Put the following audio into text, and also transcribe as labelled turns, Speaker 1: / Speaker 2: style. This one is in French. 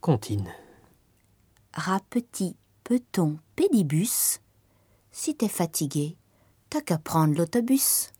Speaker 1: Contine.
Speaker 2: Rapetit, peut-on pédibus Si t'es fatigué, t'as qu'à prendre l'autobus.